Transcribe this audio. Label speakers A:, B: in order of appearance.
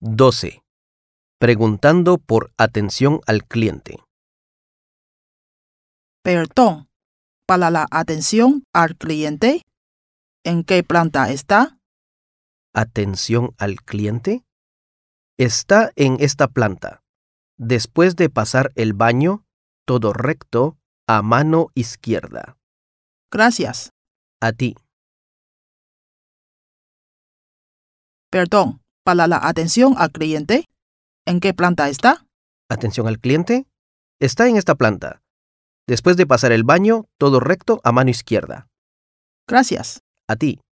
A: 12. Preguntando por atención al cliente.
B: Perdón, para la atención al cliente, ¿en qué planta está?
A: ¿Atención al cliente? Está en esta planta. Después de pasar el baño, todo recto, a mano izquierda.
B: Gracias.
A: A ti.
B: Perdón, para la atención al cliente, ¿en qué planta está?
A: ¿Atención al cliente? Está en esta planta. Después de pasar el baño, todo recto, a mano izquierda.
B: Gracias.
A: A ti.